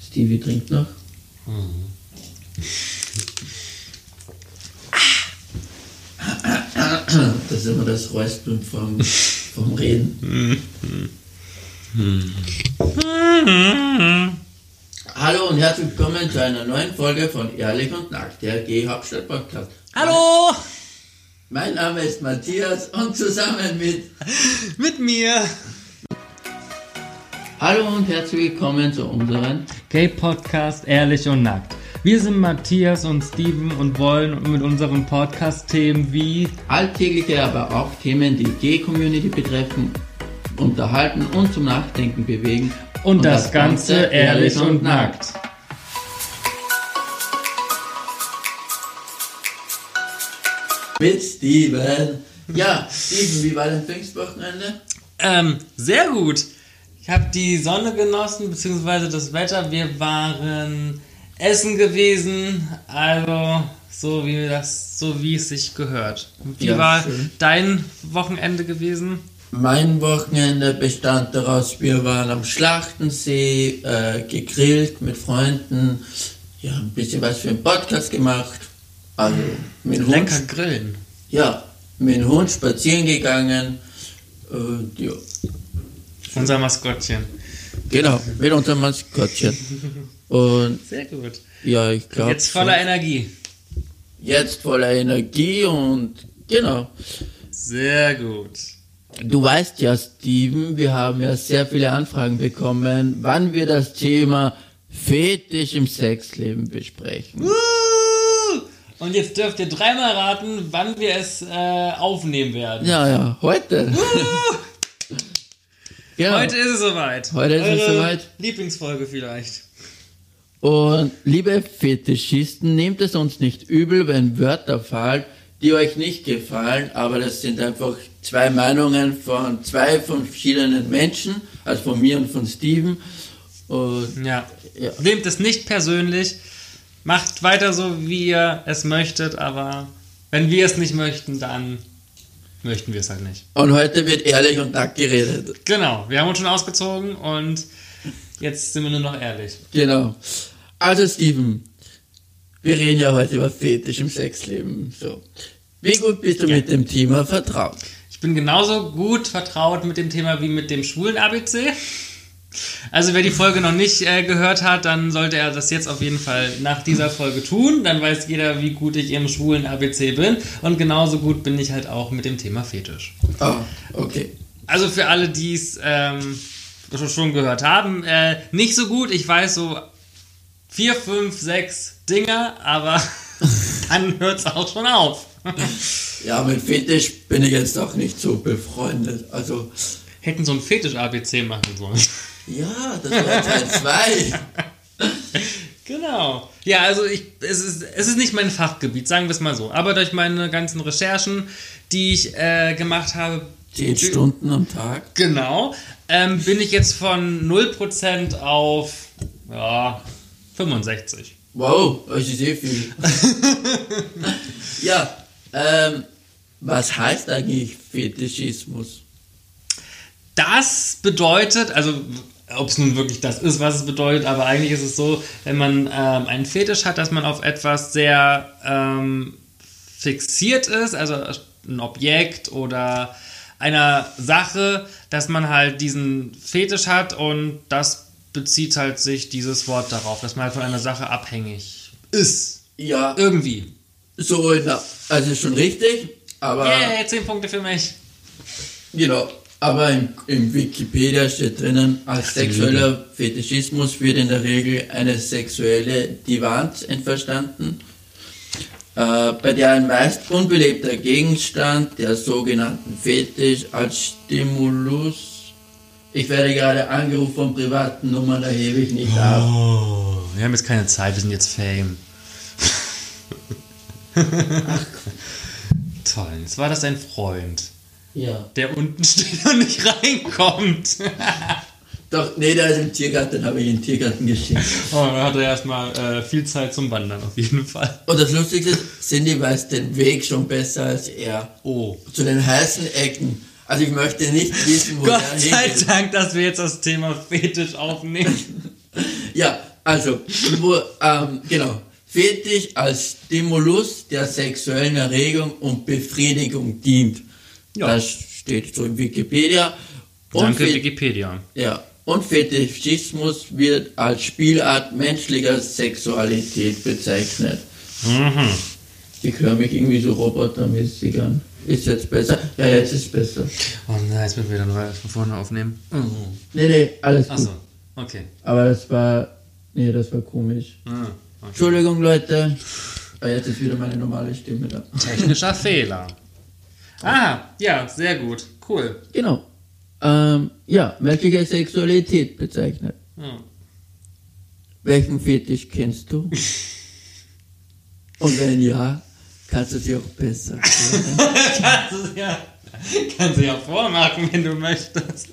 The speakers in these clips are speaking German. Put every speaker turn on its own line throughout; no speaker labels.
Stevie trinkt noch. Das ist immer das Räuspeln vom, vom Reden. Hallo und herzlich willkommen zu einer neuen Folge von Ehrlich und Nackt, der G-Hauptstadt-Podcast.
Hallo!
Mein Name ist Matthias und zusammen mit
Mit mir!
Hallo und herzlich willkommen zu unseren
Gay Podcast Ehrlich und Nackt. Wir sind Matthias und Steven und wollen mit unseren Podcast-Themen wie
alltägliche, aber auch Themen, die Gay-Community betreffen, unterhalten und zum Nachdenken bewegen.
und, das, Ganze, ehrlich und nackt.
Mit Steven. Ja, Steven, wie war dein Pfingstwochenende?
Ähm, sehr gut. Ich habe die Sonne genossen, beziehungsweise das Wetter. Wir waren essen gewesen, also so wie das, so wie es sich gehört. Wie
Ja,
war
schön.
dein Wochenende gewesen?
Mein Wochenende bestand daraus, wir waren am Schlachtensee, äh, gegrillt mit Freunden, ja, ein bisschen was für einen Podcast gemacht. Also mit dem Hund,
Lecker grillen.
ja, mit dem Hund spazieren gegangen. Äh, ja.
Unser Maskottchen.
Genau, mit unserem Maskottchen. Und
Sehr gut.
ja, ich glaube.
Jetzt voller Energie.
jetzt voller Energie und genau.
Sehr gut.
Du weißt ja, Steven, wir haben ja sehr viele Anfragen bekommen, wann wir das Thema Fetisch im Sexleben besprechen.
Woo! Und jetzt dürft ihr dreimal raten, wann wir es äh, aufnehmen werden.
Ja, ja, heute. genau.
Heute ist es soweit.
Heute ist es
Eure
soweit.
Lieblingsfolge vielleicht.
Und liebe Fetischisten, nehmt es uns nicht übel, wenn Wörter fallen, die euch nicht gefallen, aber das sind einfach zwei Meinungen von zwei von verschiedenen Menschen, also von mir und von Steven. Und
Ja.
Ja.
Nehmt es nicht persönlich. Macht weiter so, wie ihr es möchtet, aber wenn wir es nicht möchten, dann möchten wir es halt nicht.
Und heute wird ehrlich und nackt geredet.
Genau, wir haben uns schon ausgezogen und jetzt sind wir nur noch ehrlich.
Genau. Also Steven, wir reden ja heute über Fetisch im Sexleben. So. Wie gut bist du mit dem Thema vertraut?
Ich bin genauso gut vertraut mit dem Thema wie mit dem schwulen ABC. Also wer die Folge noch nicht äh, gehört hat, dann sollte er das jetzt auf jeden Fall nach dieser Folge tun. Dann weiß jeder, wie gut ich im schwulen ABC bin. Und genauso gut bin ich halt auch mit dem Thema Fetisch.
Ah, okay.
Also für alle, die es ähm, schon- schon gehört haben, äh, nicht so gut. Ich weiß so vier, fünf, sechs Dinger, aber dann hört es auch schon auf.
Ja, mit Fetisch bin ich jetzt auch nicht so befreundet. Also,
Hätten so ein Fetisch-ABC machen sollen.
ja, das war Teil 2.
Genau. Ja, also ich, es, ist, es ist nicht mein Fachgebiet, sagen wir es mal so. Aber durch meine ganzen Recherchen, die ich äh, gemacht habe,
10 Stunden am Tag.
genau, ähm, bin ich jetzt von 0% auf ja, 65.
Wow, das ist eh viel. ja, ähm, was heißt eigentlich Fetischismus?
Das bedeutet, also ob es nun wirklich das ist, was es bedeutet, aber eigentlich ist es so, wenn man ähm, einen Fetisch hat, dass man auf etwas sehr ähm, fixiert ist, also ein Objekt oder einer Sache, dass man halt diesen Fetisch hat und das bezieht halt sich dieses Wort darauf, dass man halt von einer Sache abhängig ist.
Ja,
Irgendwie.
so in der, also schon richtig, aber
Yay, 10 Punkte für mich.
Genau. Aber im, im Wikipedia steht drinnen, als sexueller Fetischismus wird in der Regel eine sexuelle Divanz entverstanden, äh, bei der ein meist unbelebter Gegenstand, der sogenannten Fetisch, als Stimulus. Ich werde gerade angerufen von privaten Nummern, da hebe ich nicht ab.
Oh, wir haben jetzt keine Zeit, wir sind jetzt Fame. Toll, jetzt war das dein Freund,
Ja.
der unten steht und nicht reinkommt.
Doch, nee, der ist im Tiergarten, habe ich in den Tiergarten geschickt.
Oh, da hat er erstmal äh, viel Zeit zum Wandern, auf jeden Fall.
Und das Lustigste ist, Cindy weiß den Weg schon besser als er.
Oh,
zu den heißen Ecken. Also ich möchte nicht wissen, wo
Gott
der
sei
hingeht.
Dank, dass wir jetzt das Thema Fetisch aufnehmen.
Ja, also, wo, ähm, genau. Fetisch als Stimulus der sexuellen Erregung und Befriedigung dient.
Ja.
Das steht so in Wikipedia. Und
Danke,
Fe-
Wikipedia.
Ja. Und Fetischismus wird als Spielart menschlicher Sexualität bezeichnet.
Mhm.
Ich höre mich irgendwie so robotermäßig an. Ist jetzt besser? Ja, jetzt ist besser.
Oh nein, jetzt müssen wir wieder neu von vorne aufnehmen. Mhm.
Nee, nee, alles gut.
Achso, okay.
Aber das war. Nee, das war komisch.
Ah, okay.
Entschuldigung, Leute. Aber jetzt ist wieder meine normale Stimme da.
Technischer Fehler. Ah, ja, sehr gut. Cool.
Genau. Ähm, ja, menschliche Sexualität bezeichnet.
Ja.
Welchen Fetisch kennst du? Und wenn ja, kannst du sie auch besser.
kannst es ja, kannst es ja vormachen, wenn du möchtest.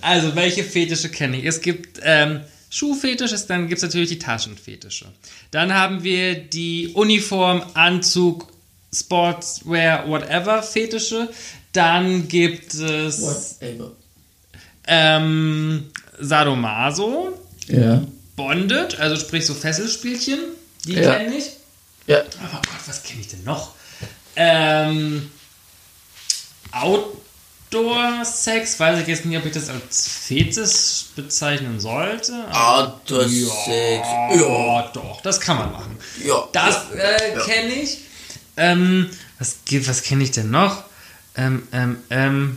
also, welche Fetische kenne ich? Es gibt ähm, Schuhfetische, dann gibt es natürlich die Taschenfetische. Dann haben wir die Uniform, Anzug, Sportswear, whatever Fetische. Dann gibt es
Whatever.
ähm, Sadomaso,
Ja.
Bonded, also sprich so Fesselspielchen, die
Ja.
kenne ich.
Ja.
Aber Oh Gott, was kenne ich denn noch? Ähm, Outdoor-Sex, weiß ich jetzt nicht, ob ich das als Fetisch bezeichnen sollte.
Autosex. Ja.
ja, doch, das kann man machen.
Ja.
Das äh,
Ja.
kenne ich. Ähm, was gibt- was kenne ich denn noch? Ähm, ähm, ähm,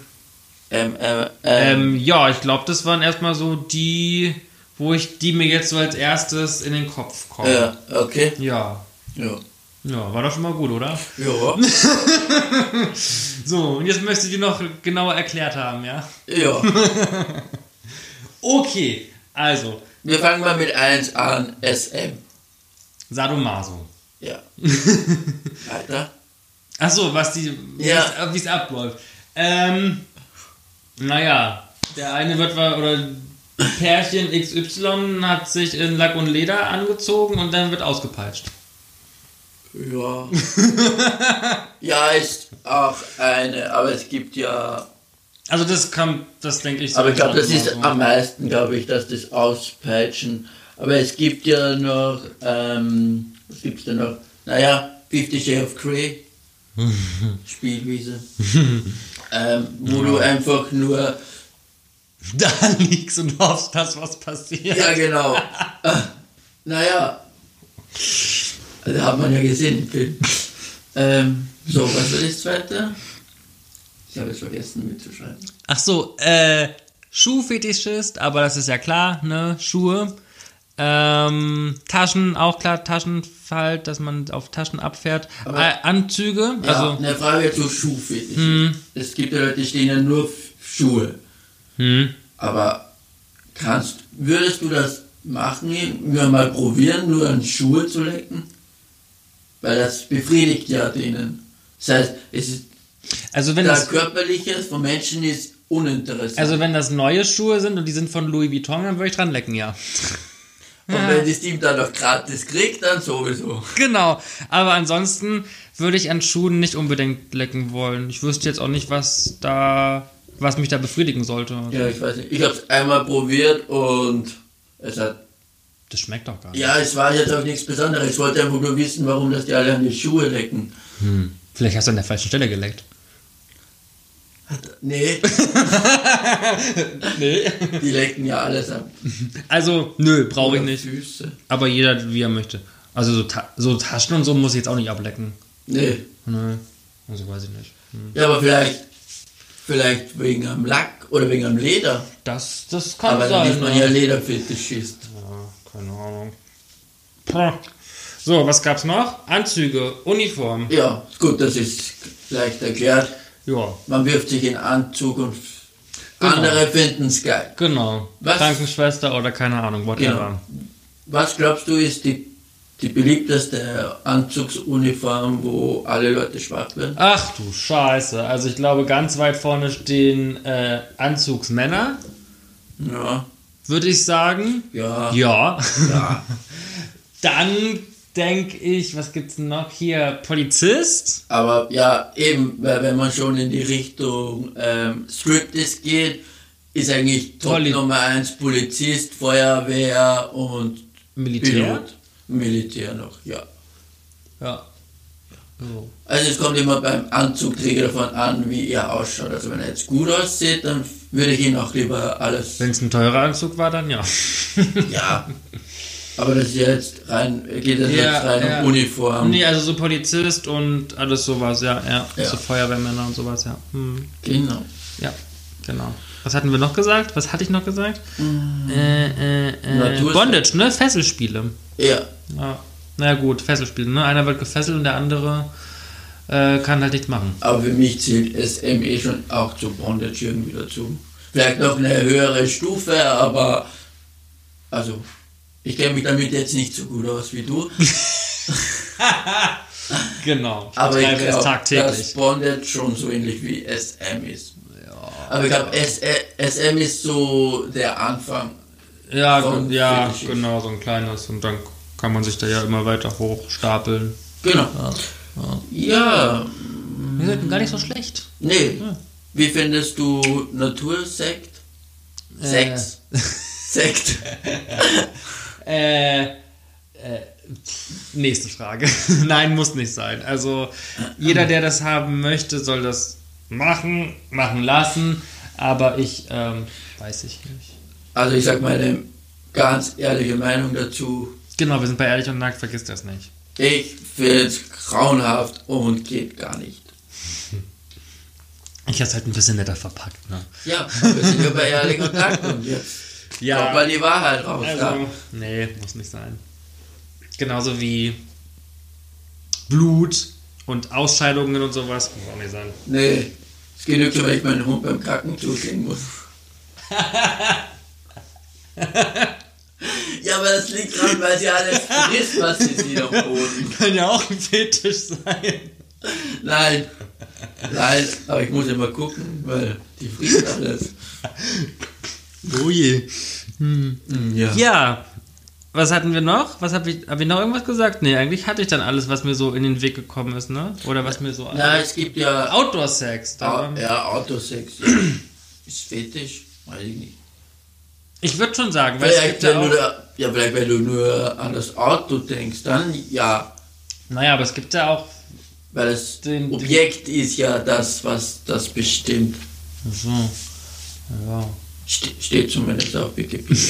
Ähm, ähm, ähm.
ähm, ja, ich glaube, das waren erstmal so die, wo ich die mir jetzt so als erstes in den Kopf kommen.
Ja, okay.
Ja.
Ja.
Ja, war doch schon mal gut, oder?
Ja.
So, und jetzt möchtest du die noch genauer erklärt haben, ja?
ja.
Okay, also,
Wir fangen mal mit 1 an. SM.
Sadomaso.
Ja. Alter.
Achso, was die,
Ja.
wie es abläuft. Ähm, naja, der eine wird, wa- oder Pärchen XY hat sich in Lack und Leder angezogen und dann wird ausgepeitscht.
Ja. ja, ist auch eine, aber es gibt ja.
Also das kann, das denke ich. so
Aber ich glaube, das ist
Sadomaso.
am meisten, glaube ich, dass das Auspeitschen. Aber es gibt ja noch, ähm, was gibt's denn noch? Naja, Fifty Shades of Grey. Spielwiese. ähm, wo du einfach nur,
Da liegst und hoffst, dass was passiert.
ja genau, äh, naja, das hat man ja gesehen im Film. Ähm, so, was war das zweite? Ich habe es vergessen mitzuschreiben.
Ach so, äh, Schuhfetischist, aber das ist ja klar, ne? Schuhe. Ähm, Taschen, auch klar, Taschen halt, dass man auf Taschen abfährt.
Aber-
äh, Anzüge,
Ja,
also.
eine Frage zu Schuhfetisch. Es gibt ja Leute, die stehen ja nur auf Schuhe.
Hm.
Aber kannst, würdest du das machen, nur mal probieren, nur an Schuhe zu lecken? Weil das befriedigt ja denen. Das heißt, es ist,
Also wenn
das
das,
Körperliche von Menschen ist uninteressant.
also wenn das neue Schuhe sind und die sind von Louis Vuitton, dann würde ich dran lecken, ja.
Und wenn das Team dann noch gratis kriegt, dann sowieso.
Genau. Aber ansonsten würde ich an Schuhen nicht unbedingt lecken wollen. Ich wüsste jetzt auch nicht, was da, was mich da befriedigen sollte.
Ja, ich weiß nicht. Ich habe es einmal probiert und es hat.
Das schmeckt doch gar nicht.
Ja, es war jetzt auch nichts Besonderes. Ich wollte einfach nur wissen, warum das die alle an die Schuhe lecken.
Hm. Vielleicht hast du an der falschen Stelle geleckt.
Nee,
Nee.
die lecken ja alles ab.
Also, nö, brauche ich
Oder
nicht.
Füße.
Aber jeder, wie er möchte. Also, so, Ta so Taschen und so muss ich jetzt auch nicht ablecken.
Nee.
Nö. Also, weiß ich nicht. Hm.
Ja, aber vielleicht, vielleicht wegen am Lack oder wegen am Leder.
Das, das kann
Aber dann ist
sein. ne?
man ja Lederfetischist.
ja, keine Ahnung. Puh. So, was gab's noch? Anzüge, Uniform.
Ja, gut, das ist leicht erklärt.
Ja,
Man wirft sich in Anzug und
Genau.
andere finden es geil.
genau.
Was?
Krankenschwester oder keine Ahnung, whatever.
Was glaubst du, ist die, die beliebteste Anzugsuniform, wo alle Leute schwach werden?
Ach du Scheiße. Also, ich glaube, ganz weit vorne stehen äh, Anzugsmänner,
Ja,
würde ich sagen.
ja,
Ja.
ja.
Dann denke ich, was gibt's denn noch hier? Polizist?
Aber ja, eben, weil wenn man schon in die Richtung ähm, Striptease geht, ist eigentlich Top
Poli-
Nummer 1 Polizist, Feuerwehr und
Militär?
Pilot. Militär noch, ja.
Ja. So.
Also es kommt immer beim Anzugträger davon an, wie er ausschaut. Also wenn er jetzt gut aussieht, dann würde ich ihn auch lieber alles.
Wenn es ein teurer Anzug war, dann ja.
Ja. Aber das ist ja jetzt rein, geht das jetzt rein um Uniform.
Nee, also so Polizist und alles sowas, ja, ja.
Ja.
So Feuerwehrmänner und sowas, ja. Hm.
Genau.
Ja, genau. Was hatten wir noch gesagt? Was hatte ich noch gesagt?
Hm.
Äh, äh, äh,
Natur-
Bondage, ne? Fesselspiele.
Ja.
Ja. Na gut, Fesselspiele, ne? Einer wird gefesselt und der andere äh, kann halt nichts machen.
Aber für mich zählt SME schon auch zu Bondage irgendwie dazu. Vielleicht noch eine höhere Stufe, aber also ich kenne mich damit jetzt nicht so gut aus wie du.
Genau. Ich
Aber ich
betreibe es
glaube, dass
tagtäglich.
Bondage schon so ähnlich wie SM ist. Aber ich glaube, SM ist so der Anfang.
Ja,
Von
ge- ja
Fetisch.
genau, so ein kleines. Und dann kann man sich da ja immer weiter hochstapeln.
Genau. Ja,
Wir sind gar nicht so schlecht.
nee. Wie findest du Natursekt? Sex. Sekt.
Äh, äh, pff, nächste Frage. Nein, muss nicht sein. Also jeder, der das haben möchte, soll das machen, machen lassen. Aber ich ähm, weiß ich nicht.
Also ich sag meine ganz ehrliche Meinung dazu.
Genau, wir sind bei ehrlich und nackt. Vergiss das nicht.
Ich find's grauenhaft und geht gar nicht.
Ich hab's halt ein bisschen netter verpackt. Ne?
Ja, wir sind ja bei ehrlich und nackt und jetzt kommt mal die Wahrheit raus.
also,
ja.
nee, muss nicht sein. Genauso wie Blut und Ausscheidungen und sowas muss auch nicht sein.
Nee, es genügt schon, wenn ich meinen Hund beim Kacken zusehen muss. ja, aber das liegt dran, weil sie alles frisst, was sie sieht am Boden.
Kann ja auch ein Fetisch sein.
Nein, nein, aber ich muss immer gucken, weil die frisst alles.
Oh je.
Ja.
Ja, was hatten wir noch? Was habe ich, hab ich noch irgendwas gesagt? Nee, eigentlich hatte ich dann alles, was mir so in den Weg gekommen ist, ne? Oder was mir so.
Na, es gibt ja,
Outdoor-Sex. da-
Au- ja Autosex. Ist fetisch? Weiß ich nicht.
Ich würde schon sagen, weil es gibt
Vielleicht,
ja
wenn du
auch.
da, ja, vielleicht, wenn du nur an das Auto denkst, dann ja.
Naja, aber es gibt ja auch.
Weil das
Den-
Objekt ist ja das, was das bestimmt.
So. Ja.
Ste steht zumindest auf Wikipedia.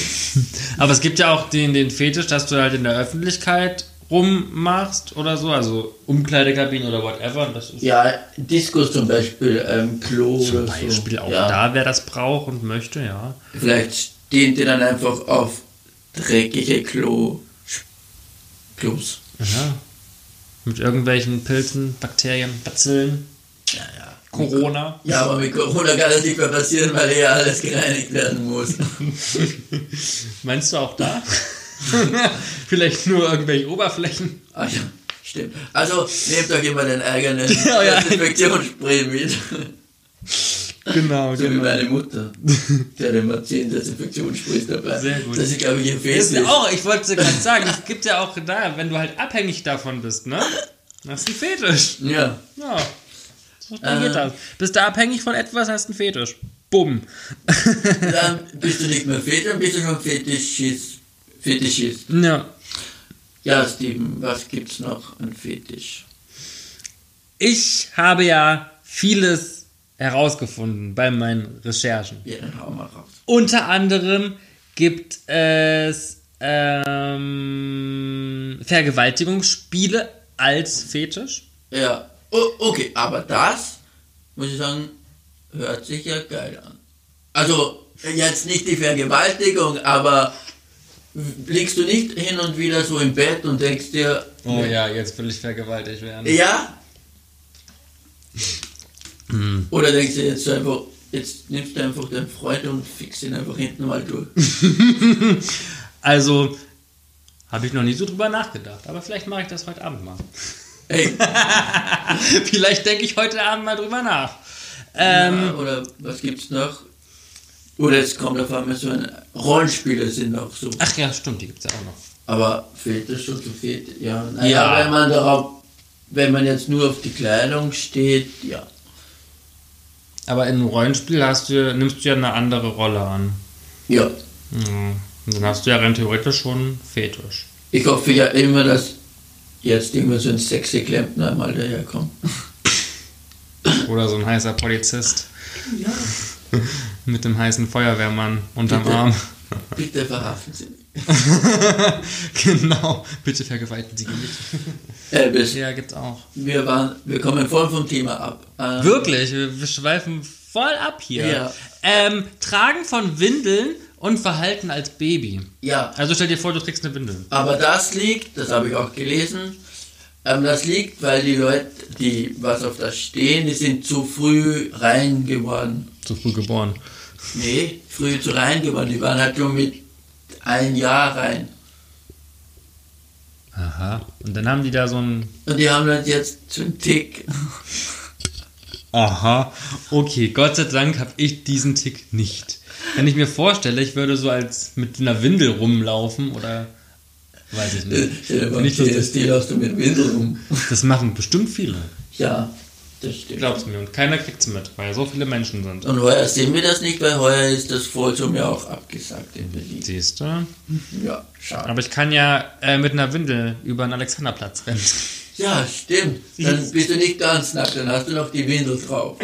Aber es gibt ja auch den, den Fetisch, dass du halt in der Öffentlichkeit rummachst oder so, also Umkleidekabinen oder whatever. Und das ist
ja, Diskos zum Beispiel, ähm, Klo
zum
oder so.
Beispiel auch
ja.
da, wer das braucht und möchte, ja.
Vielleicht stehen die dann einfach auf dreckige Klo Klos.
ja. Mit irgendwelchen Pilzen, Bakterien, Bazillen,
Ja, ja.
Corona.
Ja, aber mit Corona kann das nicht mehr passieren, weil hier alles gereinigt werden muss.
Meinst du auch da? Vielleicht nur irgendwelche Oberflächen.
Ah ja, stimmt. Also nehmt euch immer den eigenen
Ja, ja.
Desinfektionsspray mit.
Genau,
So wie meine Mutter. Die hat immer 10 Desinfektionssprays dabei.
Sehr gut.
Das ist, glaube ich, ihr
Ist
Fetisch.
ja auch, ich wollte gerade sagen, es gibt ja auch da, wenn du halt abhängig davon bist, ne? Das ist ein Fetisch.
Ja.
Ja. So funktioniert
Äh.
das. Bist du abhängig von etwas, hast einen Fetisch. Bumm.
Dann bist du nicht mehr Fetisch, dann bist du schon Fetischist. Fetischist.
ja.
Ja, Steven, was gibt's noch an Fetisch?
Ich habe ja vieles herausgefunden bei meinen Recherchen.
Ja, dann hau mal raus.
Unter anderem gibt es ähm, Vergewaltigungsspiele als Fetisch.
Ja. Oh, okay, aber das, muss ich sagen, hört sich ja geil an. Also, jetzt nicht die Vergewaltigung, aber liegst du nicht hin und wieder so im Bett und denkst dir,
Oh ja, jetzt will ich vergewaltigt werden.
Ja?
Hm.
Oder denkst du jetzt einfach, jetzt nimmst du einfach deinen Freund und fixst ihn einfach hinten mal durch.
Also habe ich noch nie so drüber nachgedacht, aber vielleicht mache ich das heute Abend mal.
Ey,
vielleicht denke ich heute Abend mal drüber nach. Ähm,
oder was gibt's noch? Oder es kommt auf einmal so ein Rollenspiele sind auch so.
Ach ja, stimmt, die gibt es ja auch noch.
Aber Fetisch und so Fetisch, ja.
Ja.
ja. Wenn man darauf, wenn man jetzt nur auf die Kleidung steht, ja.
Aber in einem Rollenspiel hast du, nimmst du ja eine andere Rolle an.
Ja.
Ja. Und dann hast du ja rein theoretisch schon Fetisch.
Ich hoffe ja immer, dass jetzt irgendwann so ein sexy Klempner mal daherkommt.
Oder so ein heißer Polizist
Ja.
mit dem heißen Feuerwehrmann unterm
Bitte.
Arm.
Bitte verhaften Sie mich.
genau, bitte vergewaltigen Sie mich.
Elvis,
Ja, gibt's auch.
wir, waren, wir kommen voll vom Thema ab. Ähm,
Wirklich, wir, wir schweifen voll ab hier.
Ja.
Ähm, Tragen von Windeln und Verhalten als Baby.
Ja,
Also stell dir vor, du trägst eine Windel.
aber das liegt, das habe ich auch gelesen, ähm, das liegt, weil die Leute, die was auf das stehen, die sind zu früh rein geworden.
Zu früh geboren.
Nee, früh zu rein geworden. Die waren halt nur mit ein Jahr rein.
Aha. Und dann haben die da so ein.
Und die haben halt jetzt so einen Tick.
Aha. Okay, Gott sei Dank habe ich diesen Tick nicht. Wenn ich mir vorstelle, ich würde so als mit einer Windel rumlaufen oder. Weiß ich nicht. Finde ich lustig.
TSD läufst du mit Windel rum.
Das machen bestimmt viele.
Ja, das stimmt.
Glaub's mir. Und keiner kriegt's mit, weil so viele Menschen sind.
Und heuer sehen wir das nicht, weil heuer ist das Vollzum ja auch abgesagt in Berlin.
Siehst du?
Ja, schade.
Aber ich kann ja äh, mit einer Windel über den Alexanderplatz rennen.
Ja, stimmt. Dann bist du nicht ganz nackt, dann hast du noch die Windel drauf.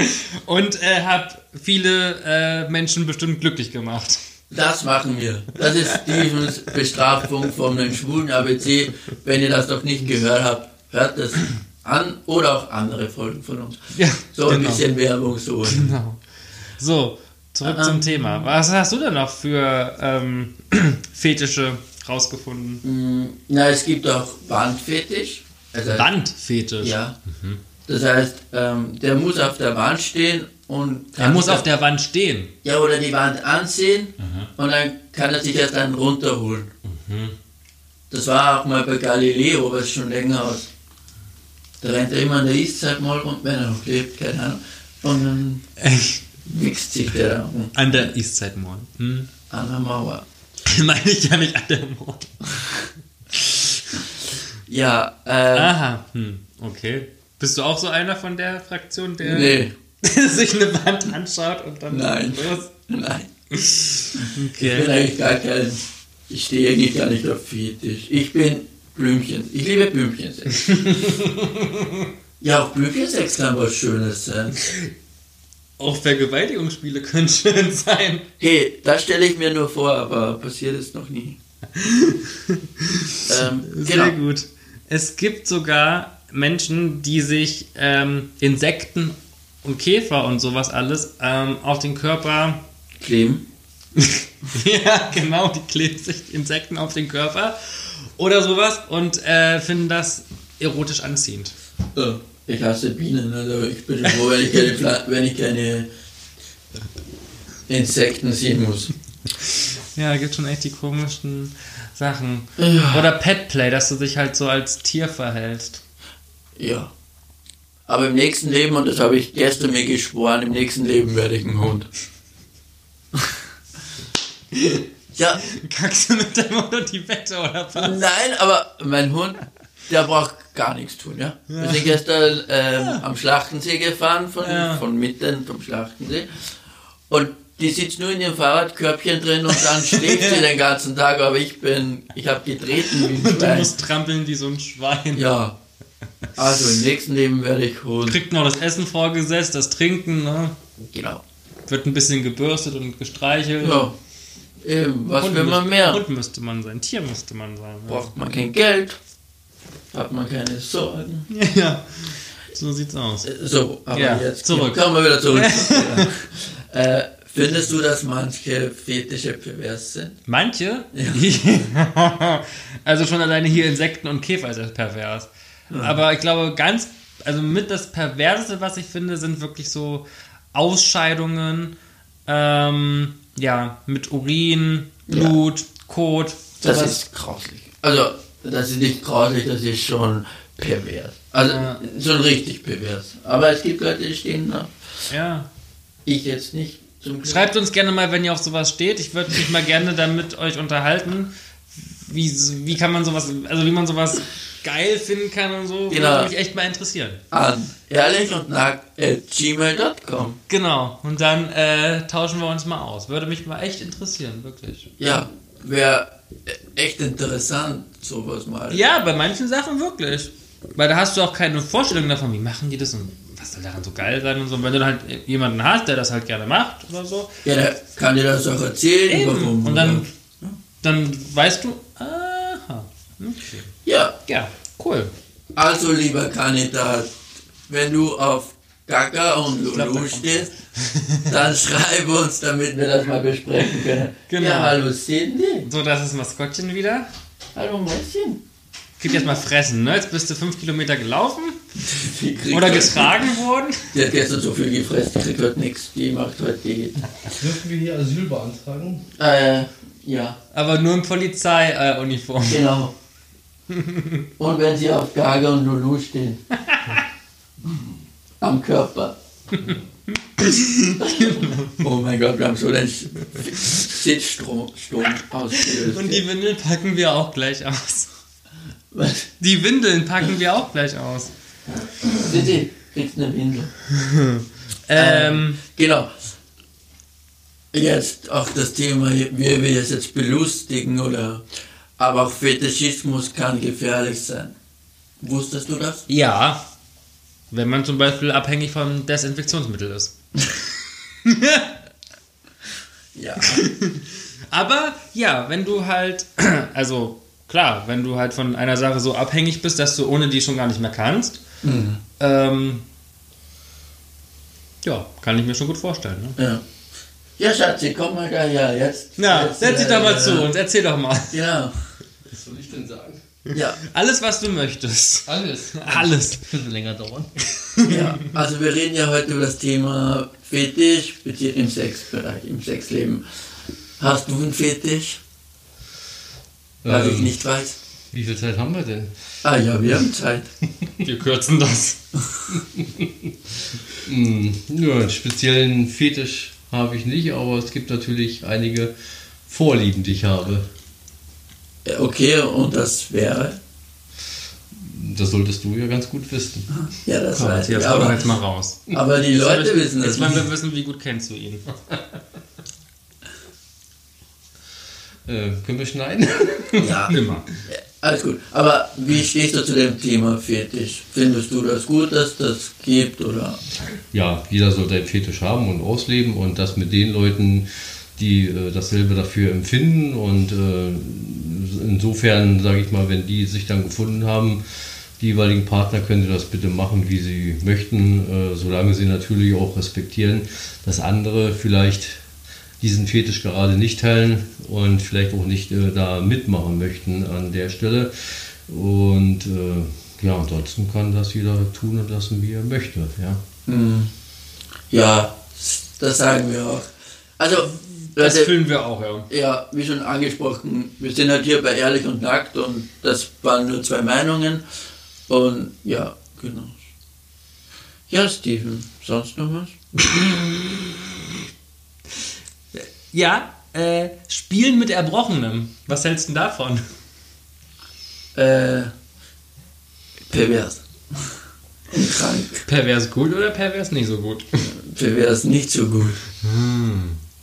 Und äh, habe viele äh, Menschen bestimmt glücklich gemacht.
Das machen wir. Das ist Stevens Bestrafung von dem schwulen ABC. Wenn ihr das noch nicht gehört habt, hört das an oder auch andere Folgen von uns.
Ja,
So ein
genau.
bisschen Werbung so.
Genau. Ähm. So, zurück zum Thema. Was hast du denn noch für ähm, Fetische rausgefunden?
Mm, Na, es gibt auch Bandfetisch. Also,
Äh, Wandfetisch.
Ja.
Mhm.
Das heißt, ähm, der muss auf der Wand stehen und
Er muss auf der Wand stehen.
Ja, oder die Wand anziehen und dann kann er sich erst einen runterholen. Das war auch mal bei Galileo, aber ist schon länger aus. Da rennt er immer in der Eastside Mall und wenn er noch lebt, keine Ahnung. Und dann wichst sich der da um
An der Eastside Mall. Hm.
an der Mauer.
Meine ich ja nicht an der Mall.
Ja, äh,
Aha. Hm. Okay. Bist du auch so einer von der Fraktion, der
nee,
sich eine Wand anschaut und dann
Nein.
los?
nein. Ich bin
Okay.
eigentlich gar kein, ich stehe eigentlich gar nicht auf Fetisch. Ich bin Blümchen. Ich liebe Blümchensex. ja, auch Blümchensex kann was Schönes sein.
Auch Vergewaltigungsspiele können schön sein.
Hey, das stelle ich mir nur vor, aber passiert ist noch nie. ähm,
Sehr
genau.
gut. Es gibt sogar Menschen, die sich ähm, Insekten und Käfer und sowas alles ähm, auf den Körper.
Kleben.
ja, genau, die kleben sich Insekten auf den Körper oder sowas und äh, finden das erotisch anziehend.
Äh, Ich hasse Bienen, also ich bin schon froh, wenn ich keine, Pla wenn ich keine Insekten sehen muss.
Ja, gibt schon echt die komischen Sachen.
Ja.
Oder Petplay, dass du dich halt so als Tier verhältst.
Ja. Aber im nächsten Leben, und das habe ich gestern mir geschworen, im nächsten Leben werde ich ein Hund. ja,
Kackst du mit deinem Hund und die Wette oder was?
Nein, aber mein Hund, der braucht gar nichts tun, ja. Wir sind gestern ähm, am Schlachtensee gefahren, von,
Ja.
von mitten zum Schlachtensee. Und die sitzt nur in ihrem Fahrradkörbchen drin und dann schläft sie den ganzen Tag, aber ich bin, ich habe getreten wie ein
Du
Schwein.
musst trampeln wie so ein Schwein.
Ja. Also im nächsten Leben werde ich Hund.
Kriegt noch das Essen vorgesetzt, das Trinken, ne?
Genau.
wird ein bisschen gebürstet und gestreichelt.
Ja. Eben, Ähm, was
Hund
will man
müsste-
mehr?
Hund müsste man sein, Tier müsste man sein. ne?
Braucht man kein Geld, hat man keine Sorgen.
Ja, ja. so sieht's aus.
So, aber
Ja,
jetzt
zurück.
kommen wir wieder zurück. äh, findest du, dass manche Fetische pervers sind?
Manche, also schon alleine hier Insekten und Käfer ist ja pervers. Aber ich glaube, ganz, also mit das Perverseste, was ich finde, sind wirklich so Ausscheidungen, ähm, ja, mit Urin, Blut, Kot,
Das
sowas.
ist grauslich. Also, das ist nicht grauslich, das ist schon pervers. Also,
Ja.
schon richtig pervers. Aber es gibt Leute, die stehen da.
ja.
Ich jetzt nicht. Zum Glück.
Schreibt uns gerne mal, wenn ihr auf sowas steht. Ich würde mich mal gerne damit euch unterhalten. Wie, wie kann man sowas, also wie man sowas geil finden kann und so.
Genau.
Würde mich echt mal interessieren.
an ehrlich und nackt at gmail.com.
Genau. Und dann äh, tauschen wir uns mal aus. Würde mich mal echt interessieren, wirklich.
Ja, wäre echt interessant, sowas mal.
Ja, bei manchen Sachen wirklich. Weil da hast du auch keine Vorstellung davon, wie machen die das und was soll daran so geil sein und so. Und wenn du dann halt jemanden hast, der das halt gerne macht oder so,
Ja, der kann dir das auch erzählen, warum.
Eben. Und dann,
oder-
dann weißt du, aha, okay.
Ja,
Ja, cool.
also lieber Kandidat, wenn du auf Gaga und
glaub, da
Lulu
kommt-
stehst, dann schreib uns, damit wir das mal besprechen können.
Genau.
Ja, hallo Cindy.
So, das ist Maskottchen wieder.
Hallo Mäuschen.
Gib jetzt mal fressen, ne? Jetzt bist du fünf Kilometer gelaufen
Die kriegt
oder
heute-
getragen worden.
Die hat gestern so viel gefressen, die kriegt heute nichts. Die macht heute die.
Dürfen wir hier Asyl beantragen?
Äh, ja.
Aber nur in Polizeiuniform. Äh, Uniform.
Genau. Und wenn sie auf Gaga und Lulu stehen. Am Körper.
Genau.
oh mein Gott, wir haben so den Sch- Sitzstrom Sturm ausgelöst.
Und die Windeln packen wir auch gleich aus.
Was?
Die Windeln packen wir auch gleich aus.
Sissi, kriegst eine Windel.
Ähm,
Genau. Jetzt auch das Thema, wie wir es jetzt belustigen oder. Aber auch Fetischismus kann gefährlich sein. Wusstest du das?
ja. Wenn man zum Beispiel abhängig von Desinfektionsmittel ist.
Ja.
Aber ja, wenn du halt, also klar, wenn du halt von einer Sache so abhängig bist, dass du ohne die schon gar nicht mehr kannst,
Mhm.
ähm, ja, kann ich mir schon gut vorstellen. Ne?
Ja. Ja, Schatzi, komm mal da her, jetzt.
Na,
jetzt,
setz dich
äh,
doch mal
äh,
zu uns, erzähl doch mal.
Ja,
Was soll ich denn sagen?
ja,
Alles, was du möchtest.
Alles.
Alles.
Könnte länger dauern.
ja. Also wir reden ja heute über das Thema Fetisch bezieht im Sexbereich, im Sexleben. Hast du einen Fetisch? Was ich
Ähm.
nicht weiß.
Wie viel Zeit haben wir denn?
Ah ja, wir haben Zeit.
Wir kürzen das.
Hm, ja, einen speziellen Fetisch habe ich nicht, aber es gibt natürlich einige Vorlieben, die ich habe.
Äh, Okay, und das wäre?
Das solltest du ja ganz gut wissen.
Ja, das weiß
Matthias,
ich.
hau doch
Aber,
jetzt mal raus.
aber die Leute wissen das
Jetzt wollen
nicht.
wir wissen, wie gut kennst du ihn.
Äh, können wir schneiden?
Ja,
Immer.
alles gut. Aber wie stehst du zu dem Thema Fetisch? Findest du das gut, dass das gibt oder?
ja, jeder sollte einen Fetisch haben und ausleben und das mit den Leuten, die äh, dasselbe dafür empfinden und äh, insofern sage ich mal, wenn die sich dann gefunden haben, die jeweiligen Partner können sie das bitte machen, wie sie möchten, äh, solange sie natürlich auch respektieren, dass andere vielleicht diesen Fetisch gerade nicht teilen und vielleicht auch nicht äh, da mitmachen möchten an der Stelle. Und äh, ja, ansonsten kann das jeder tun und lassen, wie er möchte. Ja.
Ja, das sagen wir auch. Also,
Das
Leute,
fühlen wir auch, ja.
ja, wie schon angesprochen, wir sind halt hier bei Ehrlich und Nackt und das waren nur zwei Meinungen. Und ja, genau. Ja, Steven, sonst noch was?
Ja, äh, spielen mit Erbrochenem. Was hältst du denn davon?
Äh, pervers. Und krank.
Pervers gut oder pervers nicht so gut?
Pervers nicht so gut.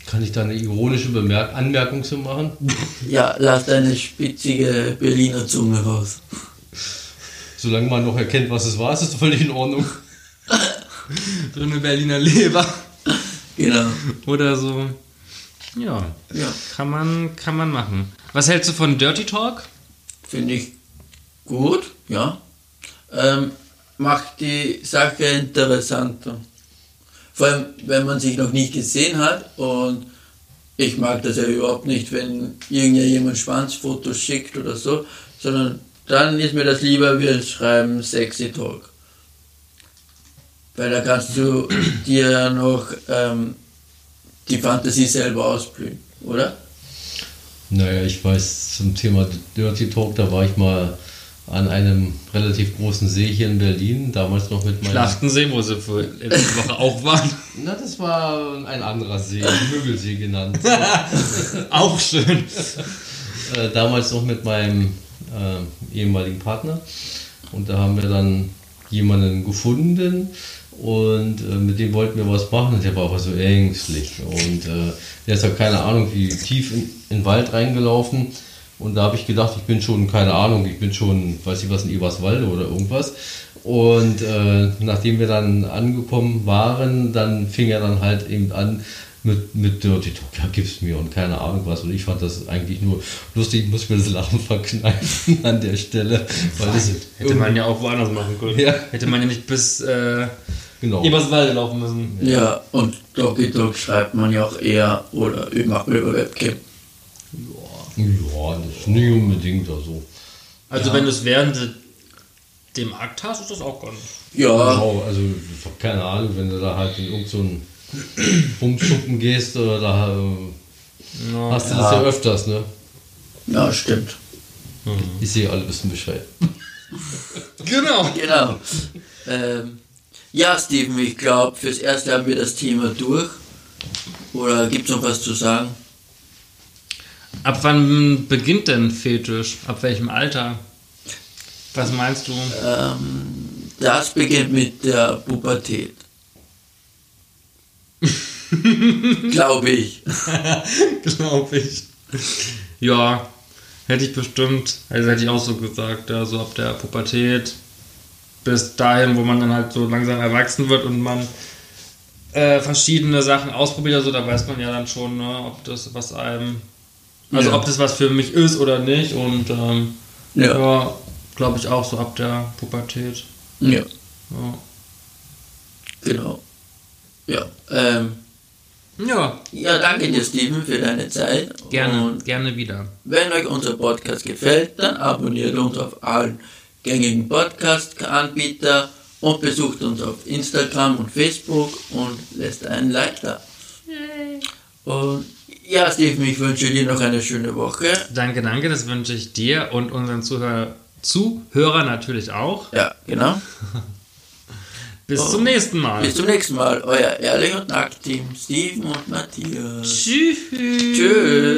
Kann ich da eine ironische Bemerk Anmerkung zu machen?
Ja, lass deine spitzige Berliner Zunge raus.
Solange man noch erkennt, was es war, ist es völlig in Ordnung.
So eine Berliner Leber
Genau.
oder so. Ja,
Ja,
kann man, kann man machen. Was hältst du von Dirty Talk?
finde ich gut, ja. Ähm, macht die Sache interessanter. Vor allem, wenn man sich noch nicht gesehen hat und ich mag das ja überhaupt nicht, wenn irgendjemand Schwanzfotos schickt oder so, sondern dann ist mir das lieber, wir schreiben Sexy Talk. Weil da kannst du dir noch ähm, die Fantasie selber ausblühen, oder?
Naja, ich weiß zum Thema Dirty Talk, da war ich mal an einem relativ großen See hier in Berlin, damals noch mit meiner.
Schlachtensee, wo sie vor letzte Woche auch waren.
Na, das war ein anderer See, Mögelsee genannt.
auch schön.
äh, damals noch mit meinem äh, ehemaligen Partner. Und da haben wir dann jemanden gefunden und äh, mit dem wollten wir was machen und der war aber so ängstlich. Und äh, der ist ja keine Ahnung, wie tief in, in den Wald reingelaufen. Und da habe ich gedacht, ich bin schon, keine Ahnung, ich bin schon, weiß ich was, in Eberswalde oder irgendwas. Und äh, nachdem wir dann angekommen waren, dann fing er dann halt eben an mit, mit Dirty Talk, ja, gib's mir und keine Ahnung was. Und ich fand das eigentlich nur lustig, ich muss mir das Lachen verkneifen an der Stelle. Weil das
Hätte man ja auch woanders machen können.
Ja.
Hätte man ja nicht bis äh,
genau.
Eberswalde laufen müssen.
Ja, und Doggy Dog schreibt man ja auch eher oder über, über Webcam.
Ja, das ist nicht unbedingt also.
Also wenn du es während de- dem Akt hast, ist das auch gar nicht.
Ja,
Genau, also ich hab keine Ahnung, wenn du da halt in irgendeinen Bumschuppen gehst, äh, da äh, hast du das ja öfters, ne?
ja, stimmt.
Ich sehe alle wissen Bescheid.
Genau.
Genau. Ähm, ja, Steven, ich glaube, fürs Erste haben wir das Thema durch. Oder gibt es noch was zu sagen?
Ab wann beginnt denn Fetisch? Ab welchem Alter? Was meinst du?
Ähm, das beginnt mit der Pubertät. glaube ich.
Glaube ich. Ja, hätte ich bestimmt, also hätte ich auch so gesagt, ja, so ab der Pubertät bis dahin, wo man dann halt so langsam erwachsen wird und man äh, verschiedene Sachen ausprobiert, also da weiß man ja dann schon, ne, ob das was einem, also
Ja.
ob das was für mich ist oder nicht und ähm, ja,
Ja.
glaube ich auch so ab der Pubertät.
Ja,
Ja.
genau. Ja. Ähm,
Ja,
Ja, danke dir, Steven, für deine Zeit.
gerne,
Und
gerne wieder.
wenn euch unser Podcast gefällt, dann abonniert uns auf allen gängigen Podcast-Anbieter und besucht uns auf Instagram und Facebook und lässt einen Like da. Und ja, Steven, ich wünsche dir noch eine schöne Woche.
Danke, danke, das wünsche ich dir und unseren Zuhör Zuhörer natürlich auch.
Ja, genau.
Bis zum nächsten Mal.
Bis zum nächsten Mal. Euer Ehrlich und Nackt-Team, Steven und Matthias.
Tschüss.
Tschüss.